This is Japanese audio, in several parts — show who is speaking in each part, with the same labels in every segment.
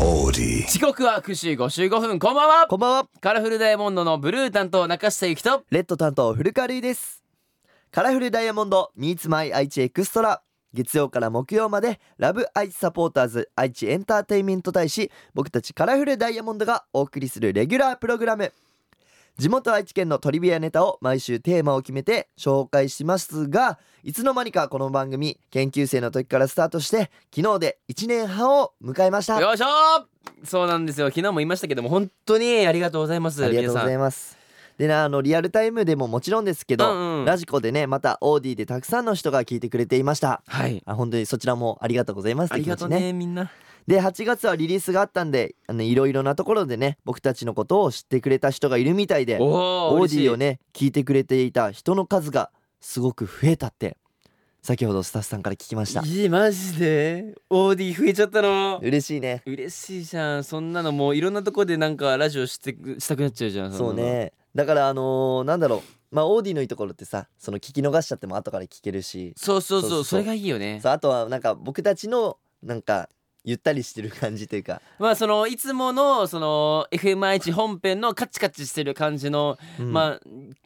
Speaker 1: オーディ
Speaker 2: 時刻は9時55分こんばんは
Speaker 3: こんばんは
Speaker 2: カラフルダイヤモンドのブルー担当中下ゆきと
Speaker 3: レッド担当古川瑠衣ですカラフルダイヤモンド Meets My 愛知エクストラ月曜から木曜までラブ愛知サポーターズ愛知エンターテインメント大使僕たちカラフルダイヤモンドがお送りするレギュラープログラム地元愛知県のトリビアネタを毎週テーマを決めて紹介しますがいつの間にかこの番組研究生の時からスタートして昨日で1年半を迎えましたあ
Speaker 2: よいしょそうなんですよ昨日も言いましたけども本当にありがとうございます
Speaker 3: りがとうござい
Speaker 2: 皆
Speaker 3: ますでなあのリアルタイムでももちろんですけ
Speaker 2: さ
Speaker 3: ど、
Speaker 2: んうんうん
Speaker 3: ラジコでねまたオーディでたくさんの人が聞いてくれていました
Speaker 2: はい
Speaker 3: あ本当にそちらもありがとうございます
Speaker 2: ありがとう
Speaker 3: って気持ち
Speaker 2: ねみんな
Speaker 3: で8月はリリースがあったんであのいろいろなところでね僕たちのことを知ってくれた人がいるみたいでオー
Speaker 2: お
Speaker 3: ディをね聞いてくれていた人の数がすごく増えたって先ほどスタッフさんから聞きました
Speaker 2: いいマジでオーディ増えちゃったの
Speaker 3: 嬉しいね
Speaker 2: 嬉しいじゃんそんなのもういろんなとこでなんかラジオしてくしたくなっちゃうじゃん
Speaker 3: そうん
Speaker 2: なの
Speaker 3: ねだからあのーなんだろうまあオーディのいいところってさその聞き逃しちゃっても後から聞けるし
Speaker 2: そうそうそう
Speaker 3: そうそう
Speaker 2: それがいいよね
Speaker 3: そうあとはなんか僕たちのなんかゆったりしてる感じというか、
Speaker 2: まあそのいつものその FMIH 本編のカチカチしてる感じの、
Speaker 3: うん
Speaker 2: まあ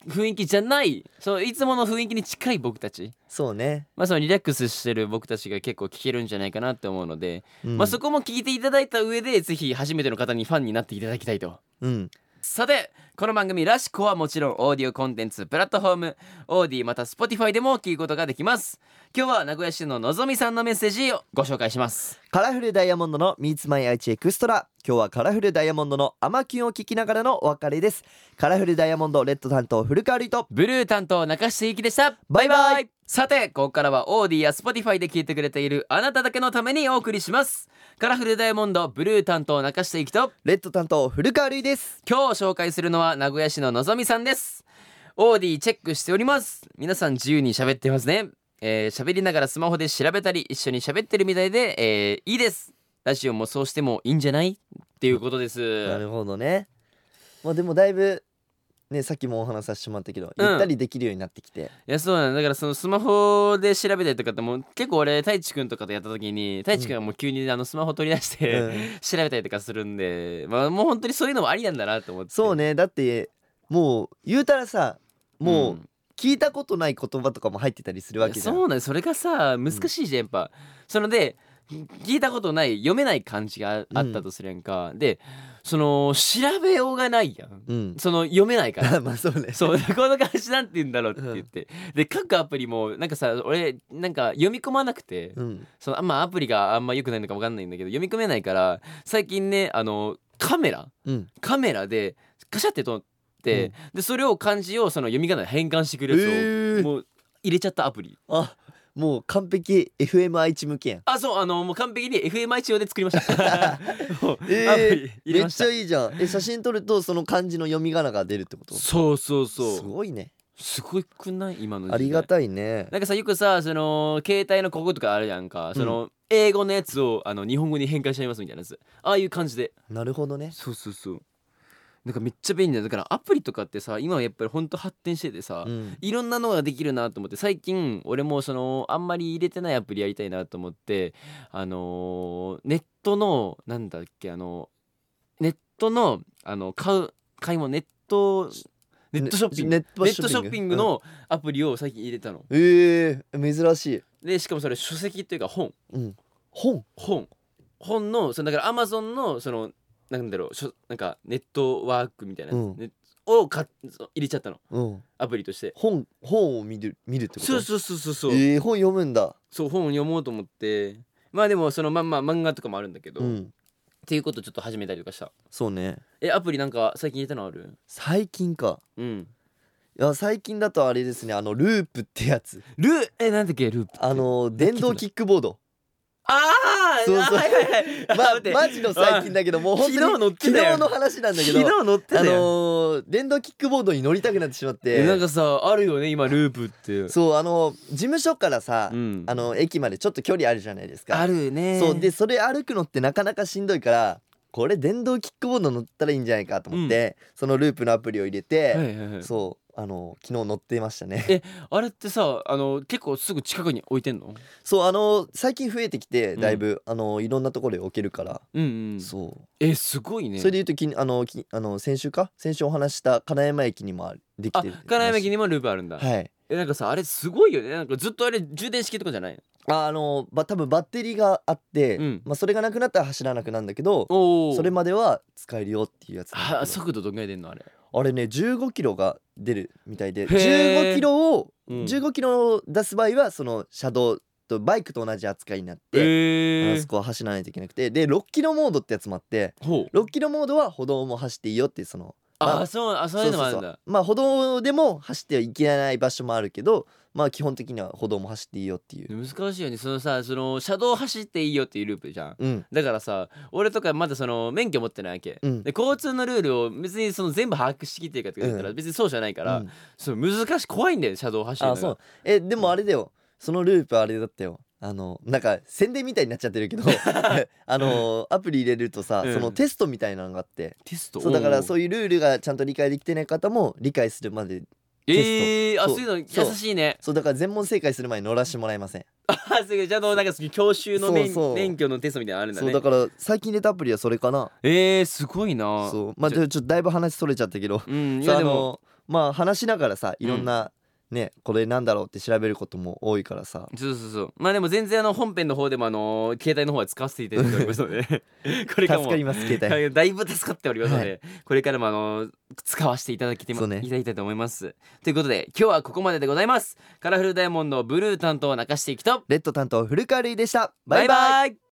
Speaker 2: 雰囲気じゃないそのいつもの雰囲気に近い僕たち
Speaker 3: そうね、
Speaker 2: まあそのリラックスしてる僕たちが結構聞けるんじゃないかなって思うので、
Speaker 3: うん
Speaker 2: まあそこも聞いていただいた上でぜひ初めての方にファンになっていただきたいと
Speaker 3: うん
Speaker 2: さてこの番組らしくはもちろんオーディオコンテンツプラットフォームオーディまた Spotify でも聞くことができます今日は名古屋市ののぞみさんのメッセージをご紹介します
Speaker 3: カラフルダイヤモンドの Meets My 愛知エクストラ今日はカラフルダイヤモンドのアマキュンを聞きながらのお別れですカラフルダイヤモンドレッド担当古川瑠衣と
Speaker 2: ブルー担当中下ゆきでした
Speaker 3: バイバイ
Speaker 2: さてここからはオーディや Spotify で聞いてくれているあなただけのためにお送りしますカラフルダイヤモンドブルー担当中下ゆきと
Speaker 3: レッド担当古川瑠衣です
Speaker 2: 今日紹介するのは名古屋市ののぞみさんですオーディチェックしております皆さん自由に喋ってますねえー喋、りながらスマホで調べたり一緒に喋ってるみたいで、えーいいですラジオもそうしてもいいんじゃないっていうことです
Speaker 3: なるほどねまあでもだいぶねさっきもお話しさせてもらったけど、
Speaker 2: うん
Speaker 3: ゆったりできるようになってきて
Speaker 2: いやそうなんだだからそのスマホで調べたりとかってもう結構俺太一くんとかとやった時に太一くんはもう急にあのスマホ取り出して、
Speaker 3: うん
Speaker 2: 調べたりとかするんでまあもう本当にそういうのもありなんだなと思って
Speaker 3: そうねだってもう言うたらさもうん聞いたことない言葉とかも入ってたりするわけじゃん
Speaker 2: そうなんそれがさ難しいじゃんやっぱ、そので聞いたことない読めない漢字がああったとするやんか、でその調べようがないやん
Speaker 3: うん
Speaker 2: その読めないから
Speaker 3: まあそうね
Speaker 2: そうこの漢字なんて言うんだろうって言って、で各アプリもなんかさ俺なんか読み込まなくて、
Speaker 3: うん
Speaker 2: そのあんまアプリがあんま良くないのか分かんないんだけど読み込めないから最近ねあのカメラ
Speaker 3: うん
Speaker 2: カメラでカシャって撮って、でそれを漢字をその読み仮名で変換してくれるやつを、
Speaker 3: えー
Speaker 2: もう入れちゃったアプリ
Speaker 3: あもう完璧 FM 愛知向けやん
Speaker 2: あそうあのもう完璧に FMI 用で作りま したもう
Speaker 3: えー
Speaker 2: アプリ入れ
Speaker 3: めっ
Speaker 2: まし
Speaker 3: ち
Speaker 2: た、
Speaker 3: ゃいいじゃんえ写真撮るとその漢字の読み仮名が出るってこと
Speaker 2: そうそうそう
Speaker 3: すごいね
Speaker 2: すごくない今の時代
Speaker 3: ありがたいね
Speaker 2: なんかさよくさその携帯のこことかあるやんかその、英語のやつをあの日本語に変換しちゃいますみたいなやつああいう感じで
Speaker 3: なるほどね
Speaker 2: そうそうそうなんかめっちゃ便利だよだからアプリとかってさ今はやっぱりほんと発展しててさ、
Speaker 3: うん
Speaker 2: いろんなのができるなと思って最近俺もそのあんまり入れてないアプリやりたいなと思ってあのーネットのなんだっけあのネットのあの買う買い物ネットネットショッピング
Speaker 3: ネ
Speaker 2: ネ
Speaker 3: ット
Speaker 2: ットショッピング、のアプリを最近入れたの
Speaker 3: うんえー、珍しい、
Speaker 2: でしかもそれ書籍というか本
Speaker 3: うん、本
Speaker 2: 本本のそのだからアマゾンのそのなんだろうしょなんかネットワークみたいなやつ、
Speaker 3: うん
Speaker 2: ねを買っそう入れちゃったの
Speaker 3: うん
Speaker 2: アプリとして
Speaker 3: 本本を見る見るってこと
Speaker 2: そうそうそうそうそう、
Speaker 3: えー、本読むんだ
Speaker 2: そう本を読もうと思ってまあでもそのまんま漫画とかもあるんだけど、
Speaker 3: う
Speaker 2: っ
Speaker 3: ん
Speaker 2: ていうことをちょっと始めたりとかした
Speaker 3: そうね
Speaker 2: えアプリなんか最近入れたのある
Speaker 3: 最近か
Speaker 2: うん
Speaker 3: いや最近だとあれですねあのループってやつ
Speaker 2: ルーえ なんだっけループって
Speaker 3: あの電動キックボード
Speaker 2: あー
Speaker 3: そうそう
Speaker 2: あはいはいはいあ
Speaker 3: ま
Speaker 2: 待って
Speaker 3: マジの最近だけどもう本当に
Speaker 2: 昨日乗ってたよ
Speaker 3: 昨日の話なんだけど
Speaker 2: 昨日乗って
Speaker 3: あ
Speaker 2: た
Speaker 3: の
Speaker 2: よ、
Speaker 3: ー電動キックボードに乗りたくなってしまっ
Speaker 2: えなん
Speaker 3: て
Speaker 2: かさあるよね今ループって
Speaker 3: そうあの事務所からさ、
Speaker 2: うん
Speaker 3: あの駅までちょっと距離あるじゃないですか
Speaker 2: あるね
Speaker 3: そうでそれ歩くのってなかなかしんどいからこれ電動キックボード乗ったらいいんじゃないかと思って、そのループのアプリを入れて、
Speaker 2: はいはいはい
Speaker 3: そうあの昨日乗っていましたね
Speaker 2: えあれってさあの結構すぐ近くに置いてんの
Speaker 3: そうあの最近増えてきてだいぶ、あのいろんなところで置けるから、
Speaker 2: うんうん
Speaker 3: そ、
Speaker 2: えすごいうね
Speaker 3: それで言うときんあのきあの先週か先週お話しした金山駅にもあでき
Speaker 2: あ
Speaker 3: てる
Speaker 2: 金山駅
Speaker 3: に
Speaker 2: にもループあるんだ、
Speaker 3: はい
Speaker 2: えなんかさあれすごいよねなんかずっとあれ充電式とかじゃないの
Speaker 3: ああのば多分バッテリーがあって、
Speaker 2: うん
Speaker 3: まあ、それがなくなったら走らなくなるんだけど
Speaker 2: お
Speaker 3: それまでは使えるよっていうやつなんだけど
Speaker 2: あ速度どんぐらい出んのあれ
Speaker 3: あれね15キロが出るみたいで
Speaker 2: へー
Speaker 3: 15キロを、
Speaker 2: うん
Speaker 3: 15キロを出す場合はその車道とバイクと同じ扱いになって、
Speaker 2: え
Speaker 3: あそこは走らないといけなくてで6キロモードってやつもあって
Speaker 2: ほう
Speaker 3: 6キロモードは歩道も走っていいよっていうそのま
Speaker 2: あそうあそういうのもあるん
Speaker 3: そうそう
Speaker 2: だ
Speaker 3: そうまあ歩道でも走ってはいけない場所もあるけどまあ基本的には歩道も走っていいよっていう、
Speaker 2: 難しいよねそのさその車道走っていいよっていうループじゃん
Speaker 3: うん
Speaker 2: だからさ俺とかまだその免許持ってないわけ
Speaker 3: うん
Speaker 2: で交通のルールを別にその全部把握しきってるかって言ったら
Speaker 3: う
Speaker 2: 別にそうじゃないから、
Speaker 3: うん
Speaker 2: そう難しい怖いんだよね車道走るの
Speaker 3: あ
Speaker 2: が
Speaker 3: そうえでもあれだよそのループあれだったよあのなんか宣伝みたいになっちゃってる けどあのアプリ入れるとさ、
Speaker 2: うん
Speaker 3: そのテストみたいなのがあって
Speaker 2: テスト
Speaker 3: そうだからそう
Speaker 2: いう
Speaker 3: いうルールがちゃんと理解できてない方も理解するまで
Speaker 2: えー、あ
Speaker 3: そ
Speaker 2: そうういう
Speaker 3: そう
Speaker 2: の優しいね
Speaker 3: そうだから全問正解する前に乗らしてもらえません、
Speaker 2: あすごいじゃあのなんかそういう教習の
Speaker 3: そう
Speaker 2: 免
Speaker 3: そう
Speaker 2: 免許のテストみたいなのあるんだ
Speaker 3: そう
Speaker 2: ね
Speaker 3: だから最近入れたアプリはそれかな
Speaker 2: えー、すごいな
Speaker 3: そうまあちょちょっとだいぶ話それちゃったけど
Speaker 2: うんい
Speaker 3: そう
Speaker 2: や
Speaker 3: あ
Speaker 2: でも
Speaker 3: のまあ話しながらさいろんな、ねこれなんだろうって調べることも多いからさ
Speaker 2: そうそうそうまあでも全然あの本編の方でもあの携帯の方は使わせていただいておりますの でこれ
Speaker 3: 助
Speaker 2: からも
Speaker 3: かります携帯
Speaker 2: はいだいぶ助かっておりますので、これからもあの使わせていただきても、
Speaker 3: そうね
Speaker 2: いただきたいと思いますということで今日はここまででございますカラフルダイヤモンドブルー担当中していきと
Speaker 3: レッド担当古川瑠衣でしたバ
Speaker 2: バ
Speaker 3: イ
Speaker 2: イ
Speaker 3: バイ
Speaker 2: バイ